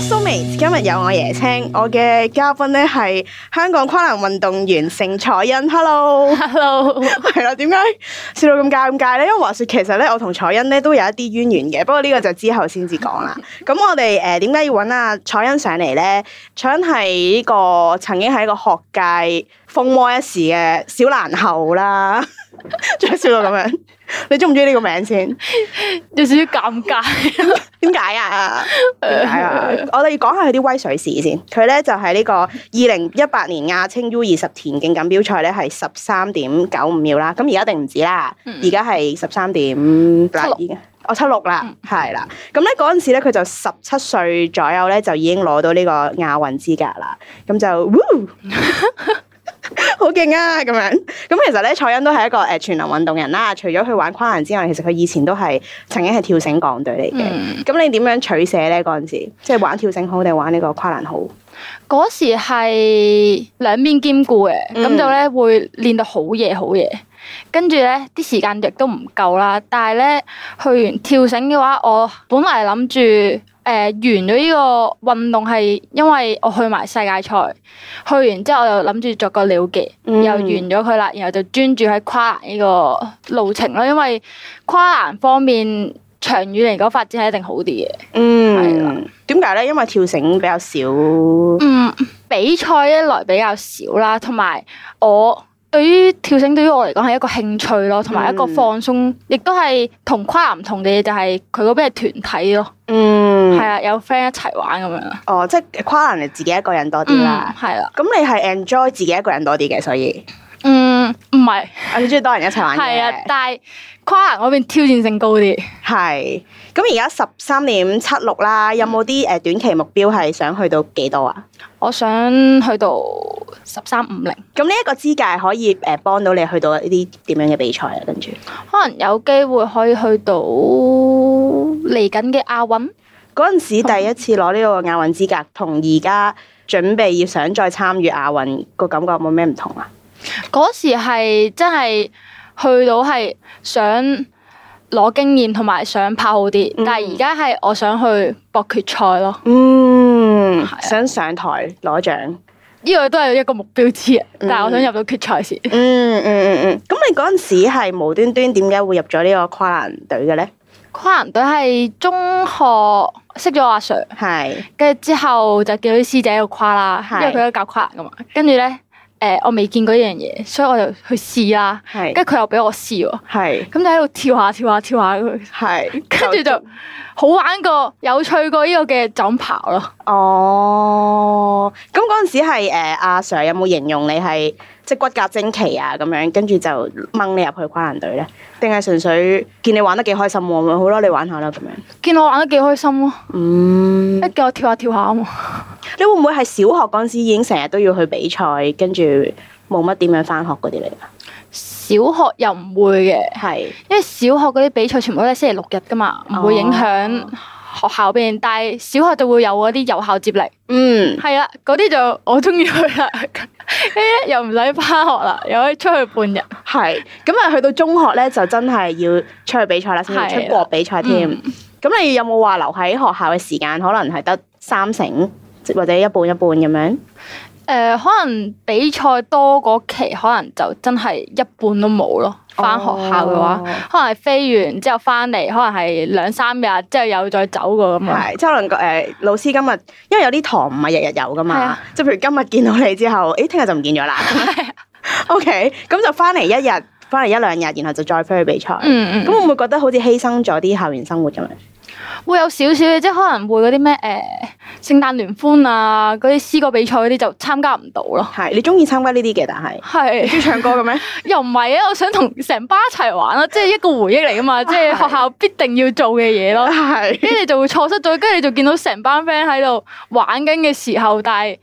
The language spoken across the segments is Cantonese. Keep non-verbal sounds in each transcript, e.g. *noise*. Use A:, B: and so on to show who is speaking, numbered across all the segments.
A: 今日有我椰青，我嘅嘉賓咧係香港跨欄運動員盛彩欣。Hello，
B: Hello， *laughs*
A: 係啦，點解笑到咁尷尬咧？因為話說其實咧，我同彩欣咧都有一啲淵源嘅，不過呢個就之後先至講啦。咁我哋誒點解要揾阿彩欣上嚟咧？彩欣係呢個曾經喺個學界風魔一時嘅小蘭後啦， *laughs* 仲笑到咁樣。你中唔中意呢個名先？
B: 有少少尷尬。
A: 點解啊？點解啊？我哋講下佢啲威水史先。佢咧就係呢個二零一八年亞青 U 二十田徑錦標賽咧係十三點九五秒啦。咁而家一定唔止啦，而家係十三點
B: 嗯七
A: 啦
B: 六，嗯
A: 已經。我哦七六啦，係啦。咁咧嗰陣時咧，佢就十七歲左右咧就已經攞到呢個亞運資格啦。咁就 woo 好勁啊！咁樣咁其實咧，蔡欣都係一個誒、呃全能運動人啦。除咗佢玩跨欄之外，其實佢以前都係曾經係跳繩港隊嚟嘅。
B: 嗯，
A: 咁你點樣取捨咧？嗰陣時，即係玩跳繩好定玩呢個跨欄好？
B: *laughs* 嗰時係兩邊兼顧嘅，咁、
A: 嗯
B: 就咧會練到好夜好夜，跟住咧啲時間亦都唔夠啦。但係咧去完跳繩嘅話，我本嚟諗住誒完咗呢個運動係因為我去埋世界賽，去完之後我又諗住作個了結。
A: 嗯
B: 又完咗佢啦，然後就專注喺跨欄呢個路程咯，因為跨欄方面長遠嚟講發展係一定好啲嘅。係啦
A: 嗯，點解咧？因為跳繩比較少。
B: 嗯，比賽一來比較少啦，同埋我對於跳繩對於我嚟講係一個興趣咯，同埋一個
A: 嗯
B: 放鬆，亦都係同跨欄唔同嘅嘢，就係佢嗰邊係團體咯，
A: 嗯，
B: 係啊，有 friend 一齊玩咁樣。
A: 哦，即係跨欄係自己一個人多啲
B: 嗯，
A: 啦。
B: 係啦，
A: 咁你係 enjoy 自己一個人多啲嘅，所以
B: 嗯，唔係，
A: 啊，你中意多人一齊玩嘅。
B: 係啊，但係跨欄嗰邊挑戰性高啲。
A: 係。咁而家十三點七六啦，有冇啲誒短期目標係想去到幾多啊？
B: 我想去到十三五零。
A: 咁呢一個資格係可以誒幫到你去到一啲點樣嘅比賽啊？跟住。
B: 可能有機會可以去到嚟緊嘅亞運，
A: 嗰陣時第一次攞呢個亞運資格，同而家準備要想再參與亞運個感覺有冇咩唔同啊？
B: 嗰時係真係去到係想攞經驗同埋想跑好啲，
A: 嗯
B: 但係而家係我想去搏決賽咯，
A: 嗯，想上台攞
B: 啊
A: 獎。
B: 呢個都係一個目標之一，
A: 嗯
B: 但係我想入到決
A: *laughs*
B: 賽先。
A: 嗯嗯嗯嗯。咁你嗰陣時係無端端點解會入咗呢個跨欄隊嘅咧？
B: 跨欄隊係中學識咗我阿 Sir，
A: 係
B: 跟住之後就見到啲師姐喺度跨啦，因
A: 係
B: 為佢都教跨欄噶嘛，跟住咧誒我未見過呢樣嘢，所以我就去試啦，
A: 係
B: 跟住佢又俾我試喎。
A: 係
B: 咁就喺度跳下跳下跳下，
A: 係，
B: 跟
A: *laughs*
B: 住就好玩過、有趣過呢個嘅就咁跑咯。
A: 哦。咁嗰陣時係誒阿 Sir 有冇形容你係即係骨骼精奇啊咁樣，跟住就掹你入去跨欄隊咧？定係純粹見你玩得幾開心喎，咁好啦，你玩下啦咁樣。
B: 見我玩得幾開心咯，
A: 嗯，
B: 一叫我跳下跳下啊嘛。
A: 你會唔會係小學嗰陣時已經成日都要去比賽，跟住冇乜點樣翻學嗰啲嚟㗎？
B: 小學又唔會嘅，
A: 係，
B: 因為小學嗰啲比賽全部都係星期六日噶嘛，唔會影響
A: 哦
B: 學校邊。但係小學就會有嗰啲有效接力，
A: 嗯，
B: 係啦，嗰啲就我中意去 *laughs* 啦。跟住咧又唔使翻學啦，又可以出去半日。
A: 係。咁啊，去到中學咧，就真係要出去比賽啦，甚至
B: 係
A: 出國比賽添。
B: 嗯
A: 咁、你有冇話留喺學校嘅時間，可能係得三成或者一半一半咁樣？
B: 誒、可能比賽多嗰期，可能就真係一半都冇咯。翻學校嘅話，
A: 哦
B: 可能係飛完之後翻嚟，可能係兩三日之後又再走過咁樣。
A: 係，即係可能個誒老師今日，因為有啲堂唔係日日有噶
B: 係
A: 嘛
B: 啊，
A: 即係譬如今日見到你之後，誒聽日就唔見咗
B: *laughs*
A: 啦。O K，咁就翻嚟一日，翻嚟一兩日，然後就再飛去比賽。
B: 嗯
A: 咁
B: 嗯，
A: 會唔會覺得好似犧牲咗啲校園生活咁樣？
B: 會有少少嘅，即係可能會嗰啲咩呃誒聖誕聯歡啊，嗰啲詩歌比賽嗰啲就參加唔到咯。
A: 係你中意參加呢啲嘅，但係
B: 係，
A: 中意
B: *laughs*
A: 唱歌嘅咩？
B: 又唔係啊！我想同成班一齊玩啊咯，即係一個回憶嚟噶嘛，即係學校必定要做嘅嘢咯。
A: 係
B: 跟住你就會錯失咗，跟住你就見到成班 friend 喺度玩緊嘅時候，但係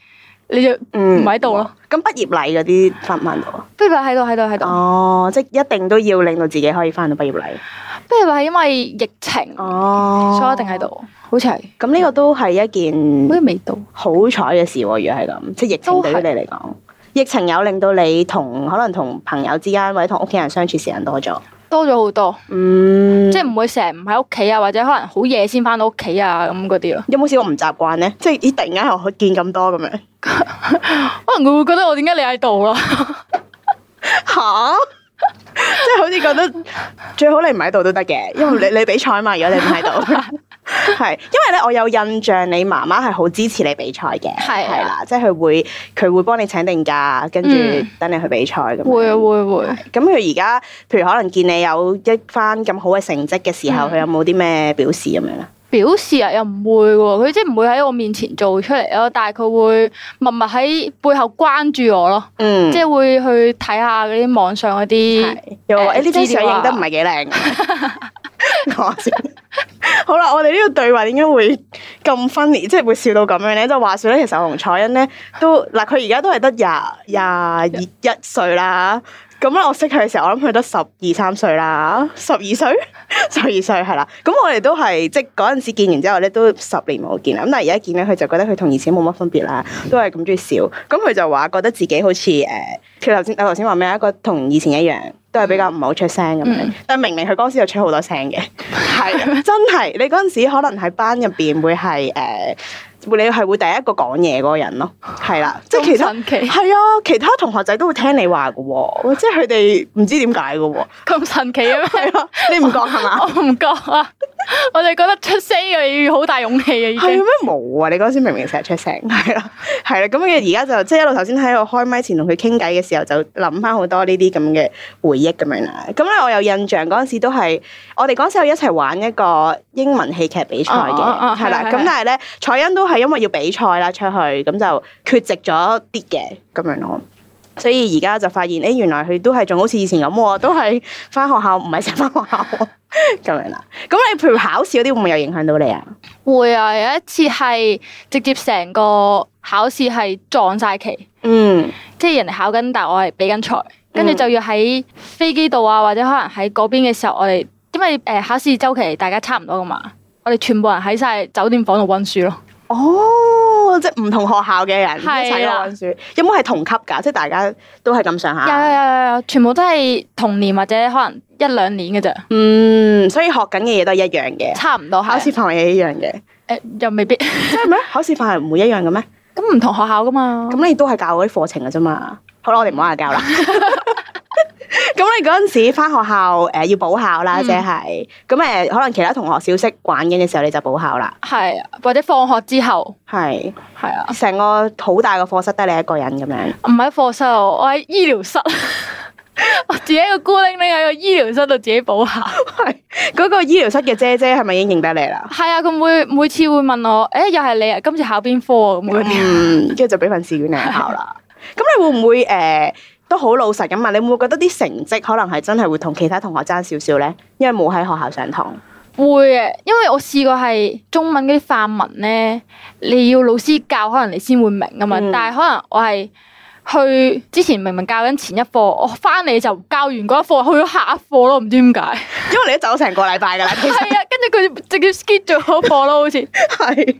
B: 你就唔喺度咯。。
A: 嗯咁畢業禮嗰啲翻唔翻到啊？
B: 不如喺度喺度喺度，
A: 哦，即係一定都要令到自己可以翻到畢業禮。
B: 不如係因為疫情，
A: 哦，
B: 所以一定喺。度，好似係
A: 咁呢個都係一
B: 好似
A: 件
B: 未到。
A: 好彩嘅事喎，如果係咁，即係疫情對於你嚟講，疫情有令到你同可能同朋友之間或者同屋企人相處時間多咗。
B: 多咗好多，
A: 嗯，
B: 即係唔會成日唔喺屋企啊，或者可能好夜先翻到屋企啊咁嗰啲咯。
A: 有冇試過唔習慣咧？即係咦，突然間我見咁多咁樣
B: 可能佢會覺得我點解你喺度啦？
A: 吓，即係好似覺得最好你唔喺度都得嘅，因
B: *laughs*
A: 為你你比賽嘛，如果你唔喺度，係因為咧我有印象你媽媽係好支持你比賽嘅，
B: 係啊
A: 係啦，即係佢會佢會幫你請定假，跟住
B: 嗯
A: 等你去比賽咁樣。
B: 會啊會會，
A: 咁佢而家，譬如可能見你有一番咁好嘅成績嘅時候，
B: 嗯
A: 佢、有冇啲咩表示咁樣咧？
B: 表示啊又唔會喎，佢即係唔會喺我面前做出嚟咯，但係佢會默默喺背後關注我咯，
A: 嗯，
B: 即係會去睇下嗰啲網上嗰啲。
A: 係又話哎
B: 誒
A: 誒呢張
B: 資
A: 相
B: 料啊
A: 影得唔係幾靚， *laughs* 講下先。 *laughs* 好啦，我哋呢個對話點解會咁 funny，即係會笑到咁樣咧？就話説咧，其實我同彩欣咧都嗱，佢而家都係得廿廿二一歲啦。咁咧，我識佢嘅時候，我諗佢得十二三歲啦，十二歲， *laughs* 十二歲係啦。咁我哋都係即係嗰陣時見完之後咧，都十年冇見啦。咁但係而家見咧，佢就覺得佢同以前冇乜分別啦，都係咁中意笑。咁佢就話覺得自己好似誒，佢頭先我頭先話咩啊？個同以前一樣，都係比較唔好出聲咁樣。
B: 嗯
A: 但係明明佢嗰陣時又出好多聲嘅，係 *laughs* 真係你嗰陣時可能喺班入邊會係誒。會你係會第一個講嘢嗰個人咯，係啦，即係其他
B: 咁神奇
A: 係啊，其他同學仔都會聽你話嘅喎，即係佢哋唔知點解嘅喎，
B: *laughs* 咁神奇嘅咩？
A: 係啊，你唔覺係嘛？
B: 我唔覺 *laughs* 啊，我哋覺得出聲嘅要好大勇氣啊，已
A: 係
B: 經
A: 咩冇啊？你嗰陣時明明成日出
B: *laughs*
A: 聲，係啦，係啦，咁佢而家就即係一路頭先喺度開麥前同佢傾偈嘅時候，就諗翻好多呢啲咁嘅回憶咁樣啦。咁咧我有印象嗰陣時都係我哋嗰陣時有一齊玩一個英文戲劇比賽
B: 哦哦哦
A: 嘅，係啦。
B: 係係
A: 咁但係咧，彩欣都係因為要比賽啦出去，咁就缺席咗啲嘅咁樣咯。所以而家就發現，誒、原來佢都係仲好似以前咁喎，都係翻學校，唔係成日翻學校喎咁樣啦。咁你譬如考試嗰啲會唔會有影響到你啊？
B: 會啊！有一次係直接成個考試係撞晒期，
A: 嗯。
B: 即係人哋考緊，但我係比緊賽，跟住
A: 嗯
B: 就要喺飛機度啊，或者可能喺嗰邊嘅時候，我哋因為誒、呃考試周期大家差唔多噶嘛，我哋全部人喺晒酒店房度温書咯。
A: 哦，即係唔同學校嘅人一齊去
B: 係啦
A: 温書，有冇係同級㗎？即係大家都係咁上
B: 有有
A: 下。
B: 有有有，全部都係同年或者可能一兩年嘅咋，
A: 嗯，所以學緊嘅嘢都係一樣嘅，
B: 差唔多係。
A: 考試範圍係一樣嘅，
B: 誒又未必， *laughs*
A: 即係咩？考試範圍唔會一樣嘅咩？
B: 咁唔同學校噶嘛。
A: 咁你都係教嗰啲課程嘅啫嘛。好啦，我哋唔好嗌交
B: *laughs*
A: 啦。咁你嗰陣時翻學校誒、呃要補考啦，
B: 嗯
A: 即係咁誒，可能其他同學小息玩緊嘅時候你就補考啦。
B: 係啊，或者放學之後
A: 係，
B: 係啊。
A: 成個好大嘅課室得你一個人咁樣。
B: 唔喺課室喎，我喺醫療室， *laughs* 我自己一個孤零零喺個醫療室度自己補下。
A: 係，嗰個醫療室嘅姐姐係咪已經認得你啦？
B: 係啊，佢每每次會問我，誒、又係你啊，今次考邊科啊咁嗰啲。
A: 嗯，跟住就俾份試卷你考啦。咁你會唔會誒、呃都好老實咁問，你會唔會覺得啲成績可能係真係會同其他同學爭少少咧？因為冇喺學校上堂。
B: 會嘅，因為我試過係中文嗰啲範文咧，你要老師教，可能你先會明啊嘛。
A: 嗯
B: 但係可能我係去之前明明教緊前一課，我翻嚟就教完嗰一課，去咗下一課咯，唔知
A: *laughs*
B: 點解。
A: 因為你都走成個禮拜㗎啦，其實
B: 係啊，跟住佢直接 skip 咗嗰一課咯，好似。
A: 係，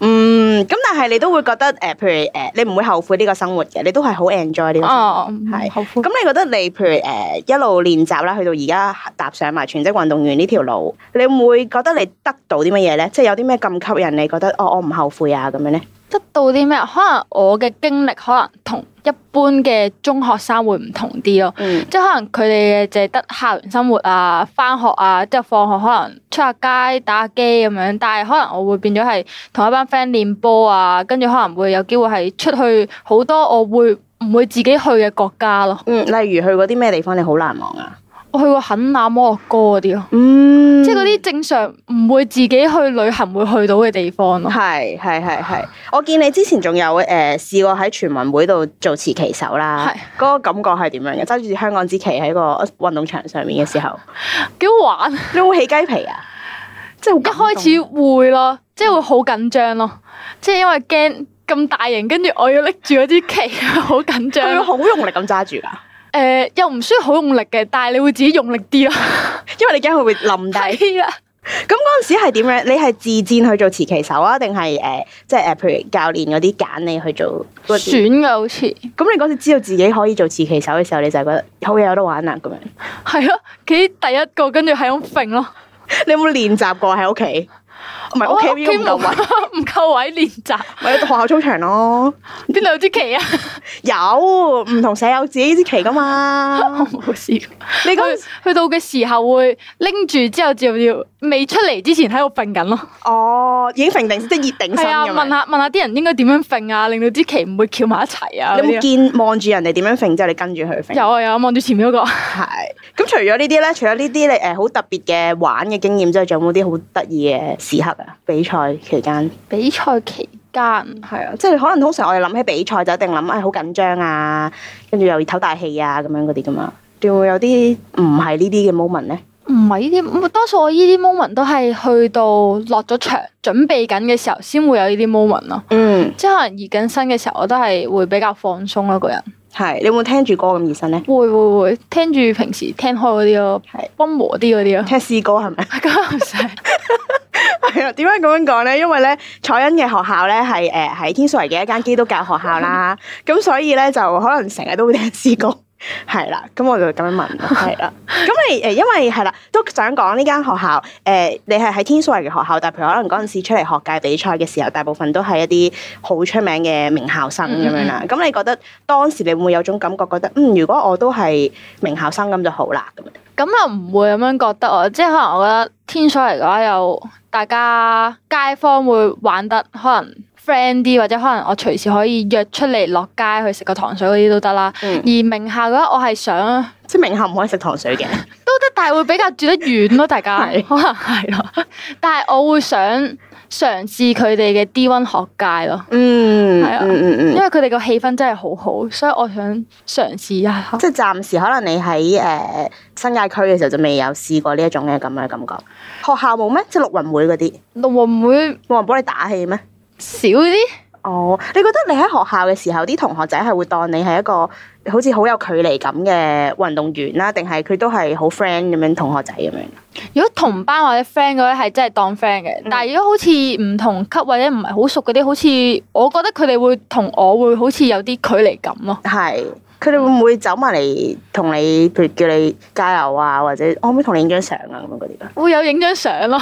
A: 嗯，咁但係你都會覺得誒、呃譬如誒、呃你唔會後悔呢個生活嘅，你都係好 enjoy 呢個生活。
B: 哦，
A: 係
B: 係後悔
A: 咁。你覺得你譬如誒、呃一路練習啦，去到而家踏上埋全職運動員呢條路，你會唔會覺得你得到啲乜嘢咧？即係有啲咩咁吸引你覺得哦，我唔後悔啊咁樣咧？
B: 得到啲咩？可能我嘅經歷可能同一般嘅中學生會唔同啲咯，
A: 嗯
B: 即係可能佢哋淨係得校園生活啊、翻學啊，之後放學可能出下街打下機咁樣，但係可能我會變咗係同一班 friend 練波啊，跟住可能會有機會係出去好多我會唔會自己去嘅國家咯。
A: 嗯，例如去嗰啲咩地方你好難忘啊？
B: 我去過肯亞、摩洛哥嗰啲咯，
A: 嗯，
B: 即係嗰啲正常唔會自己去旅行會去到嘅地方咯。
A: 係係係係，我見你之前仲有誒、呃、試過喺全運會度做持旗手啦，嗰個感覺係點樣嘅？揸住香港之旗喺個呃運動場上面嘅時
B: *laughs*
A: 候，
B: 幾好玩啊！
A: 你會起雞皮啊？即係好
B: 一
A: 感動
B: 開始會咯，即係會好緊張咯，即係因為驚咁大型，跟住我要拎住嗰支旗，好緊
A: 佢會
B: 張。
A: 好用力咁揸住㗎，
B: 誒、呃又唔需要好用力嘅，但係你會自己用力啲咯。
A: 因為你驚佢會冧低。
B: *laughs* 係啊啦，
A: 咁嗰陣時係點樣？你係自薦去做持旗手啊，定係誒即係誒譬如教練嗰啲揀你去做嗰啲？
B: 選嘅好似
A: 咁你嗰時知道自己可以做持旗手嘅時候，你就係覺得好嘢有得玩啦咁樣。
B: 係咯，企第一個跟住係咁揈咯，
A: 你有冇練習過喺屋企？唔係屋企
B: 我
A: 應該唔夠位，
B: 哦 *laughs* 唔夠位練習，
A: 咪學校操場咯。
B: 邊度有
A: *laughs*
B: 支旗啊？
A: 有唔同舍友自己支旗噶 *laughs*
B: 我
A: 嘛？
B: 冇試過。
A: 你
B: 去
A: 嗰
B: 去到嘅時候會拎住之後就要未出嚟之前喺度揈緊咯。
A: 哦已經揈定即係熱定身
B: 係啊，
A: 咁
B: 問
A: 樣。
B: 下問下啲人應該點樣揈啊，令到支旗唔會翹埋一齊啊。
A: 你有冇
B: 嗰啲
A: 見望住人哋點樣揈之後，你跟住佢
B: 啊
A: 揈？
B: 有啊有啊，望住前面
A: *laughs*
B: 嗰個。
A: 係。咁除咗呢啲咧，除咗呢啲你誒好特別嘅玩嘅經驗之外，仲有冇啲好得意嘅時刻啊？比賽期間
B: 比賽期間
A: 係啊，即係可能通常我哋諗起比賽就一定諗哎誒好緊張啊，跟住又要唞大氣啊咁樣嗰啲噶嘛。仲會有啲唔係呢啲嘅 moment 咧？
B: 唔係呢啲，多數我呢啲 moment 都係去到落咗場準備緊嘅時候先會有呢啲 moment 咯。
A: 嗯，
B: 即係可能熱緊身嘅時候，我都係會比較放鬆咯，個人
A: 係。你有冇聽住歌咁熱身咧？
B: 會會會聽住平時聽開嗰啲咯
A: 係，
B: 溫和啲嗰啲
A: *laughs*
B: 咯。
A: 聽詩歌係咪？
B: 咁唔使
A: 係啊，點解咁樣講咧？因為咧，彩欣嘅學校咧係誒喺天水圍嘅一間基督教學校啦，咁所以咧就可能成日都會聽詩歌。 *laughs* 係啦，咁我就咁樣問，係啦。咁你誒，因為係啦，都想講呢間學校誒、你係喺天水圍嘅學校，但係譬如可能嗰陣時出嚟學界比賽嘅時候，大部分都係一啲好出名嘅名校生咁樣啦。咁、你覺得當時你會唔會有種感覺，覺得嗯，如果我都係名校生咁就好啦咁樣？
B: 咁又唔會咁樣覺得我，即係可能我覺得天水嚟講有大家街坊會玩得可能 friend 啲，或者可能我隨時可以約出嚟落街去食個糖水嗰啲都得啦。
A: 嗯
B: 而名校嘅話，我係想
A: 即係名校唔可以食糖水嘅。
B: 都得，但係會比較住得遠咯，大家
A: 係
B: 可能係咯。 *laughs* 但係我會想嘗試佢哋嘅 D1 學界咯，
A: 嗯，
B: 係啊
A: 嗯嗯嗯
B: 因。為佢哋個氣氛真係好好，所以我想嘗試一下。
A: 即係暫時可能你喺誒、呃新界區嘅時候就未有試過呢一種嘅咁嘅感覺。學校冇咩？即係陸運會嗰啲
B: 會唔會
A: 冇人幫你打氣咩？
B: 少啲？
A: 哦，你覺得你喺學校嘅時候，啲同學仔係會當你係一個好似好有距離感嘅運動員啦，定係佢都係好 friend 咁樣同學仔咁樣？
B: 如果同班或者 friend 嗰啲係真係當 friend 嘅，
A: 嗯
B: 但係如果好似唔同級或者唔係好熟嗰啲，好似我覺得佢哋會同我會好似有啲距離感咯。
A: 係，佢哋會唔會走埋嚟同你，譬如叫你加油啊，或者我可唔可以同你影張相啊咁樣嗰啲㗎？
B: 會有影張相咯，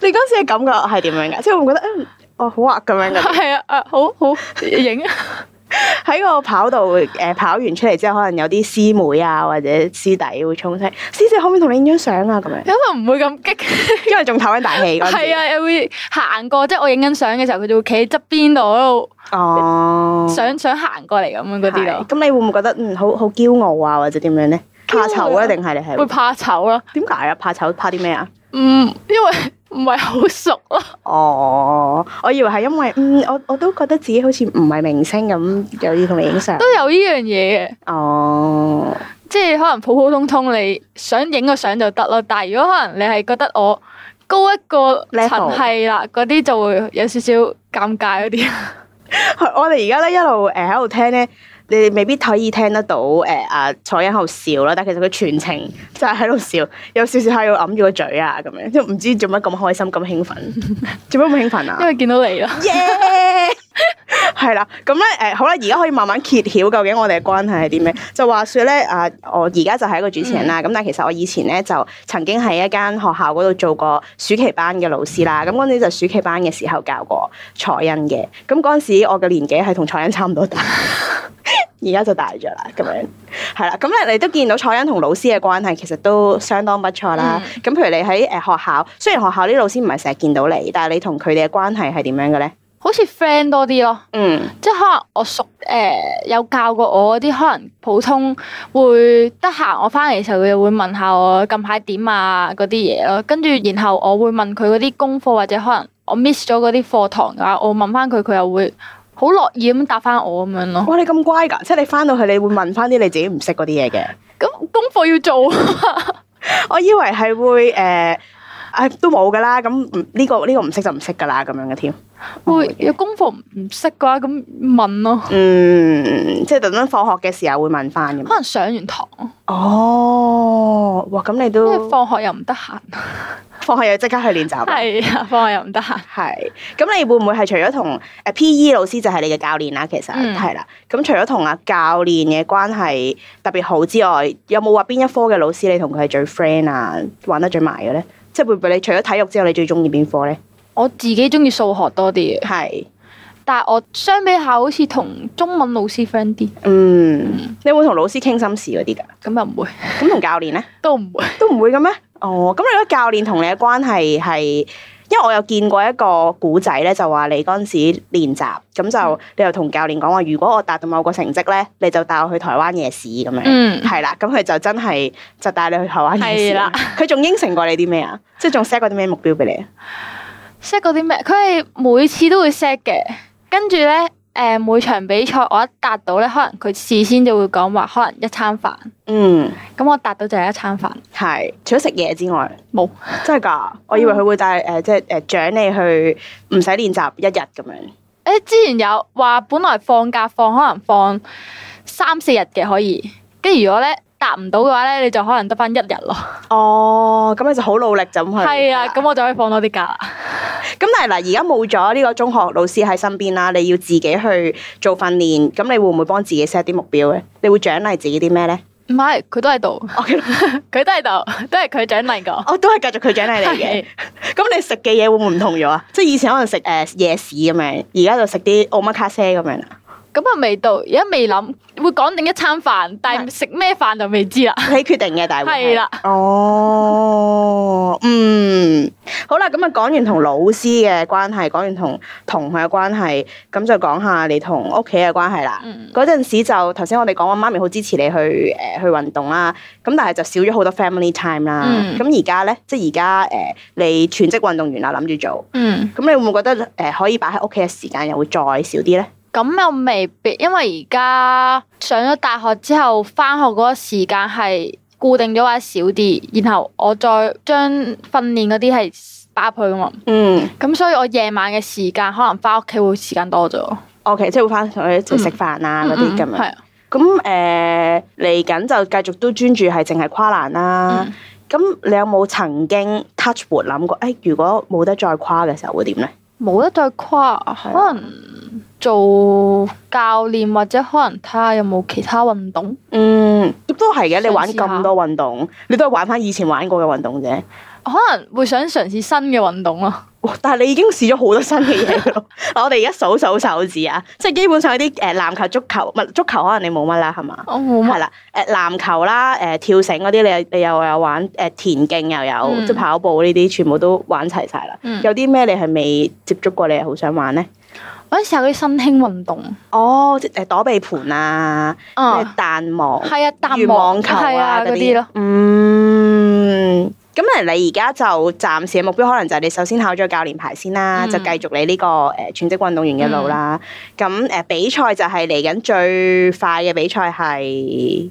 A: 你嗰時嘅感覺係點樣㗎？即係會唔會覺得嗯，哦好啊咁樣
B: *laughs*
A: 㗎？
B: 係啊，啊好好影， *laughs*
A: 喺個跑道誒、呃跑完出嚟之後，可能有啲師妹啊或者師弟會衝出嚟，師姐可唔可以同你影張相啊？咁
B: *laughs*
A: 樣，
B: 因為唔會咁激。
A: 因為仲唞緊大氣嗰陣時。
B: 係啊，又會行過，即係我影緊相嘅時候，佢就會企喺側邊度喺
A: 哦
B: 度，想想行過嚟咁樣嗰啲
A: 係
B: 咯，
A: 咁你會唔會覺得嗯好好驕傲啊，或者點樣咧？
B: 驕傲
A: 怕
B: 啊
A: 醜啊，定係你
B: 會
A: 係
B: 怕醜咯。
A: 點解啊？怕醜怕啲咩啊？
B: 嗯，因為 *laughs* 唔係好熟咯，
A: 哦，我以為係因為嗯，我我都覺得自己好似唔係明星咁，又要同你影相
B: 都。有呢樣嘢嘅，
A: 哦，
B: 即係可能普普通通你想影個相就得咯。但係如果可能你係覺得我高一個
A: Level
B: 層係啦，嗰啲就會有少少尷尬嗰 *laughs* 啲。
A: *laughs* 我哋而家咧一路誒呃喺度聽咧，你哋未必可以聽得到誒阿彩欣喺度笑啦，但其實佢全程就係喺度笑，有少少喺度揞住個嘴啊咁樣，即係唔知做乜咁開心咁興奮，做乜咁興奮
B: 因
A: 啊？
B: 為見到你啦，
A: 耶！係啦，咁咧誒好啦，而家可以慢慢揭曉究竟我哋嘅關係係啲咩？就話說咧啊，我而家就係一個主持人啦，咁、但係其實我以前咧就曾經喺一間學校嗰度做過暑期班嘅老師啦，咁嗰陣時就暑期班嘅時候教過彩欣嘅，咁嗰陣時我嘅年紀係同彩欣差唔多大。 *laughs* 而家就大咗啦，咁樣係啦。咁咧，你都見到彩欣同老師嘅關係其實都相當不錯啦。咁、譬如你喺誒學校，雖然學校啲老師唔係成日見到你，但係你同佢哋嘅關係係點樣嘅咧？
B: 好似 friend 多啲咯。
A: 嗯，
B: 即係可能我熟誒、有教過我嗰啲，可能普通會得閒我翻嚟嘅時候，佢就會問下我近排點啊嗰啲嘢咯。跟住然後我會問佢嗰啲功課或者可能我 miss 咗嗰啲課堂嘅話，我問翻佢，佢又會好樂意咁答翻我咁樣咯。
A: 哇！你咁乖㗎，即係你翻到去你會問翻啲你自己唔識嗰啲嘢嘅。 *laughs*
B: 咁功課要做，
A: 我以為係會誒，唉、都冇㗎啦。咁唔呢個呢、個唔識就唔識㗎啦，咁樣嘅添。
B: 會有功課唔識嘅話，咁問咯。
A: 嗯，即係特登放學嘅時候會問翻咁 *laughs*
B: 可。能上完堂，
A: 哦，哇！咁你
B: 因
A: 都
B: 為放學又唔得閒，
A: 放學又即刻去練習啦。
B: 係啊，放學又唔得閒。
A: 係，咁你會唔會係除咗同誒 P.E. 老師就係你嘅教練啦？其實
B: 嗯
A: 係啦，咁、除咗同啊教練嘅關係特別好之外，有冇話邊一科嘅老師你同佢係最 friend 啊，玩得最埋嘅咧？即係會唔會你除咗體育之後，你最中意邊科咧？
B: 我自己中意數學多啲嘅，
A: 係，
B: 但係我相比下好似同中文老師 friend 啲，
A: 嗯，你會同老師傾心事嗰啲㗎？
B: 咁又唔會，
A: 咁同教練咧？
B: 都唔會。
A: 都唔會嘅咩？哦，咁你覺得教練同你嘅關係係，因為我有見過一個古仔咧，就話你嗰陣時練習，咁
B: 嗯
A: 就你又同教練講話，如果我達到某個成績咧，你就帶我去台灣夜市咁樣。
B: 嗯，
A: 係啦，咁佢就真係就帶你去台灣夜市。
B: 係啦，
A: 佢仲應承過你啲咩啊？即係仲 set 過啲咩目標俾你啊？
B: set 嗰啲咩？佢係每次都會 set 嘅，跟住咧，誒、每場比賽我一達到咧，可能佢事先就會講話，可能一餐飯，
A: 嗯，
B: 咁我達到就係一餐飯，
A: 係。除咗食嘢之外，
B: 冇
A: 真係㗎，我以
B: 嗯
A: 為佢會帶誒、呃即係誒獎你去唔使練習一日咁樣。
B: 誒、之前有話本來放假放可能放三四日嘅可以，跟住如果咧達唔到嘅話咧，你就可能得翻一日咯。
A: 哦，咁你就好努力就咁去。
B: 係啊，
A: 啦
B: 咁我就可以放多啲假啦。
A: 咁但係嗱，而家冇咗呢個中學老師喺身邊啦，你要自己去做訓練，咁你會唔會幫自己 set 啲目標咧？你會獎勵自己啲咩 *laughs* 咧？
B: 唔係，佢都喺度，
A: 我
B: *laughs* 佢都喺度，都係佢獎勵過。
A: 哦我都係繼續佢獎勵你嘅。 *laughs* 咁你食嘅嘢會唔會唔同咗啊？即係以前可能食誒、呃夜市咁樣，而家就食啲 omakase 咁樣啦。
B: 咁啊未到，而家未諗，會講定一餐飯，但係食咩飯就未知 *laughs* 啦。
A: 你決定嘅，大會係
B: 係啦。
A: 哦，嗯，好啦，咁啊講完同老師嘅關係，講完同同學嘅關係，咁就講下你同屋企嘅關係啦。
B: 嗯
A: 嗰陣時就頭先我哋講話媽咪好支持你去誒、呃去運動啦，咁但係就少咗好多 family time 啦
B: 嗯。
A: 咁而家咧，即係而家誒你全職運動員啦，啊諗住做，
B: 嗯，
A: 咁你會唔會覺得誒、呃可以擺喺屋企嘅時間又會再少啲咧？
B: 咁又未必，因為而家上咗大學之後，翻學嗰個時間係固定咗或者少啲，然後我再將訓練嗰啲係擺入去噶嘛。
A: 嗯
B: 咁所以我夜晚嘅時間可能翻屋企會時間多咗。
A: ，OK，即係會翻同佢一齊食飯啊嗰啲咁樣。
B: 係啊
A: 咁誒嚟緊就繼續都專注係淨係跨欄啦
B: 嗯。
A: 咁、你有冇曾經 touch wood 諗過？誒、哎如果冇得再跨嘅時候會點咧？
B: 冇得再跨，可能做教練或者可能睇下有冇其他運動，
A: 嗯，都係嘅。你玩
B: 嘗試下
A: 咁多運動，你都係玩翻以前玩過嘅運動啫。
B: 可能會想嘗試新嘅運動咯。
A: 哇！但係你已經試咗好多新嘅嘢
B: *laughs*
A: 咯。嗱我哋而家數數手指啊，即係基本上有啲誒籃球、足球，唔係足球可能你冇乜啦，係嘛？
B: 我冇
A: 係
B: 乜，
A: 啦，誒籃球啦，誒、跳繩嗰啲，你你又有玩誒、田徑又有，
B: 嗯
A: 即係跑步呢啲，全部都玩齊晒啦。
B: 嗯
A: 有啲咩你係未接觸過，你係好想玩咧？
B: 我試下嗰啲新興運動，
A: 哦，即係誒躲避盤啊，咩
B: 啊，
A: 彈網、
B: 係啊，
A: 羽
B: 彈
A: 網球
B: 係
A: 啊
B: 啊
A: 嗰
B: 嗰
A: 啲
B: 啲咯。。
A: 嗯，咁誒，你而家就暫時嘅目標可能就係你首先考咗教練牌先啦，
B: 嗯
A: 就繼續你呢、個誒、全職運動員嘅路啦。咁誒、比賽就係嚟緊最快嘅比賽係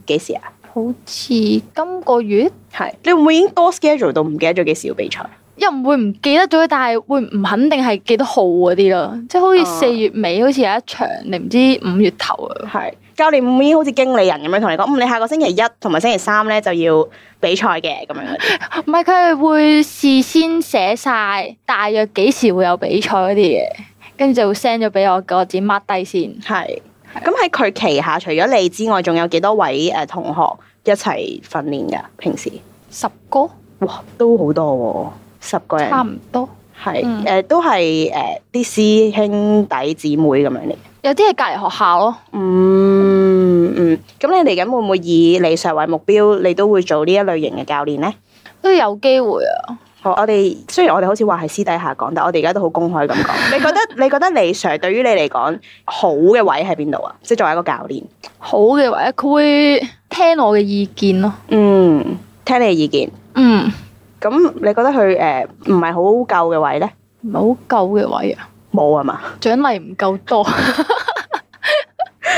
A: 幾時啊？
B: 好似今個月
A: 係，你會唔會已經多 schedule 到唔記得咗幾時要比賽？
B: 又唔會唔記得咗，但係會唔肯定係幾多號嗰啲咯，即係好似
A: 啊
B: 四月尾好似有一場，你唔知五月頭啊。
A: 係教練會唔會已經好似經理人咁樣同你講，嗯，你下個星期一同埋星期三咧就要比賽嘅咁樣嗰啲？
B: 唔係佢係會事先寫晒大約幾時會有比賽嗰啲嘢，跟住就會 send 咗俾我，叫我自己 mark 低先。
A: 係。咁喺佢旗下，除咗你之外，仲有幾多位誒、呃同學一齊訓練㗎？平時
B: 十個
A: 哇，都好多喎、十個人
B: 差唔多，
A: 係誒、
B: 嗯
A: 呃都係誒啲師兄弟姊妹咁樣嚟。
B: 有啲係隔離學校咯。
A: 嗯嗯，咁你嚟緊會唔會以理想為目標，你都會做呢一類型嘅教練咧？
B: 都有機會啊！
A: 好，我哋雖然我哋好似話係私底下講，但我哋而家都好公開咁講。你覺得你覺得李 Sir 對於你嚟講好嘅位喺邊度啊？即係作為一個教練，
B: 好嘅話，佢會聽我嘅意見咯。
A: 嗯，聽你嘅意見。
B: 嗯，
A: 咁你覺得佢誒唔係好夠嘅位咧？
B: 唔係好夠嘅位啊，
A: 冇啊嘛？
B: 獎勵唔夠多。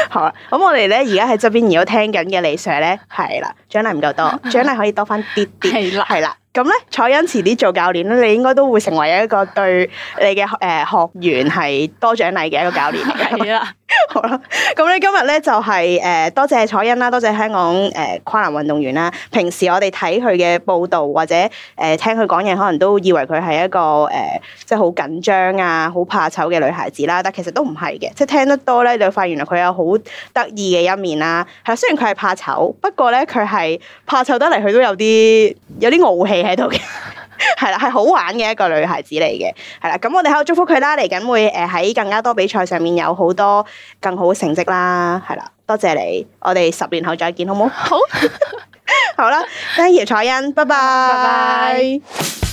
A: 好啦，啊咁我哋咧而家喺側邊如果聽緊嘅李 Sir 咧，係啦，獎勵唔夠多，獎勵可以多翻啲啲，
B: *laughs* 係啦
A: 係啦。咁咧，彩欣遲啲做教練咧，你應該都會成為一個對你嘅誒、呃、學員係多獎勵嘅一個教練嚟
B: *laughs*
A: 嘅。
B: 係啦，
A: 好啦， *laughs* 咁咧今日咧就係、呃多謝彩欣啦，多謝香港誒、呃跨欄運動員啦。平時我哋睇佢嘅報道或者誒、呃、聽佢講嘢，可能都以為佢係一個誒、呃即係好緊張啊、好怕醜嘅女孩子啦，但其實都唔係嘅，即係聽得多咧，你就發現原來佢有好得意嘅一面啦。係啦，雖然佢係怕醜，不過咧佢係怕醜得嚟，佢都有啲有啲傲氣喺度嘅。 *laughs* 係啦，係好玩嘅一個女孩子嚟嘅，係啦。咁我哋喺度祝福佢啦，嚟緊會誒喺更加多比賽上面有好多更好嘅成績啦，係啦。多謝你，我哋十年後再 *laughs* 見，好唔好？
B: 好。
A: 好啦，thank you 彩欣，拜拜
B: 拜拜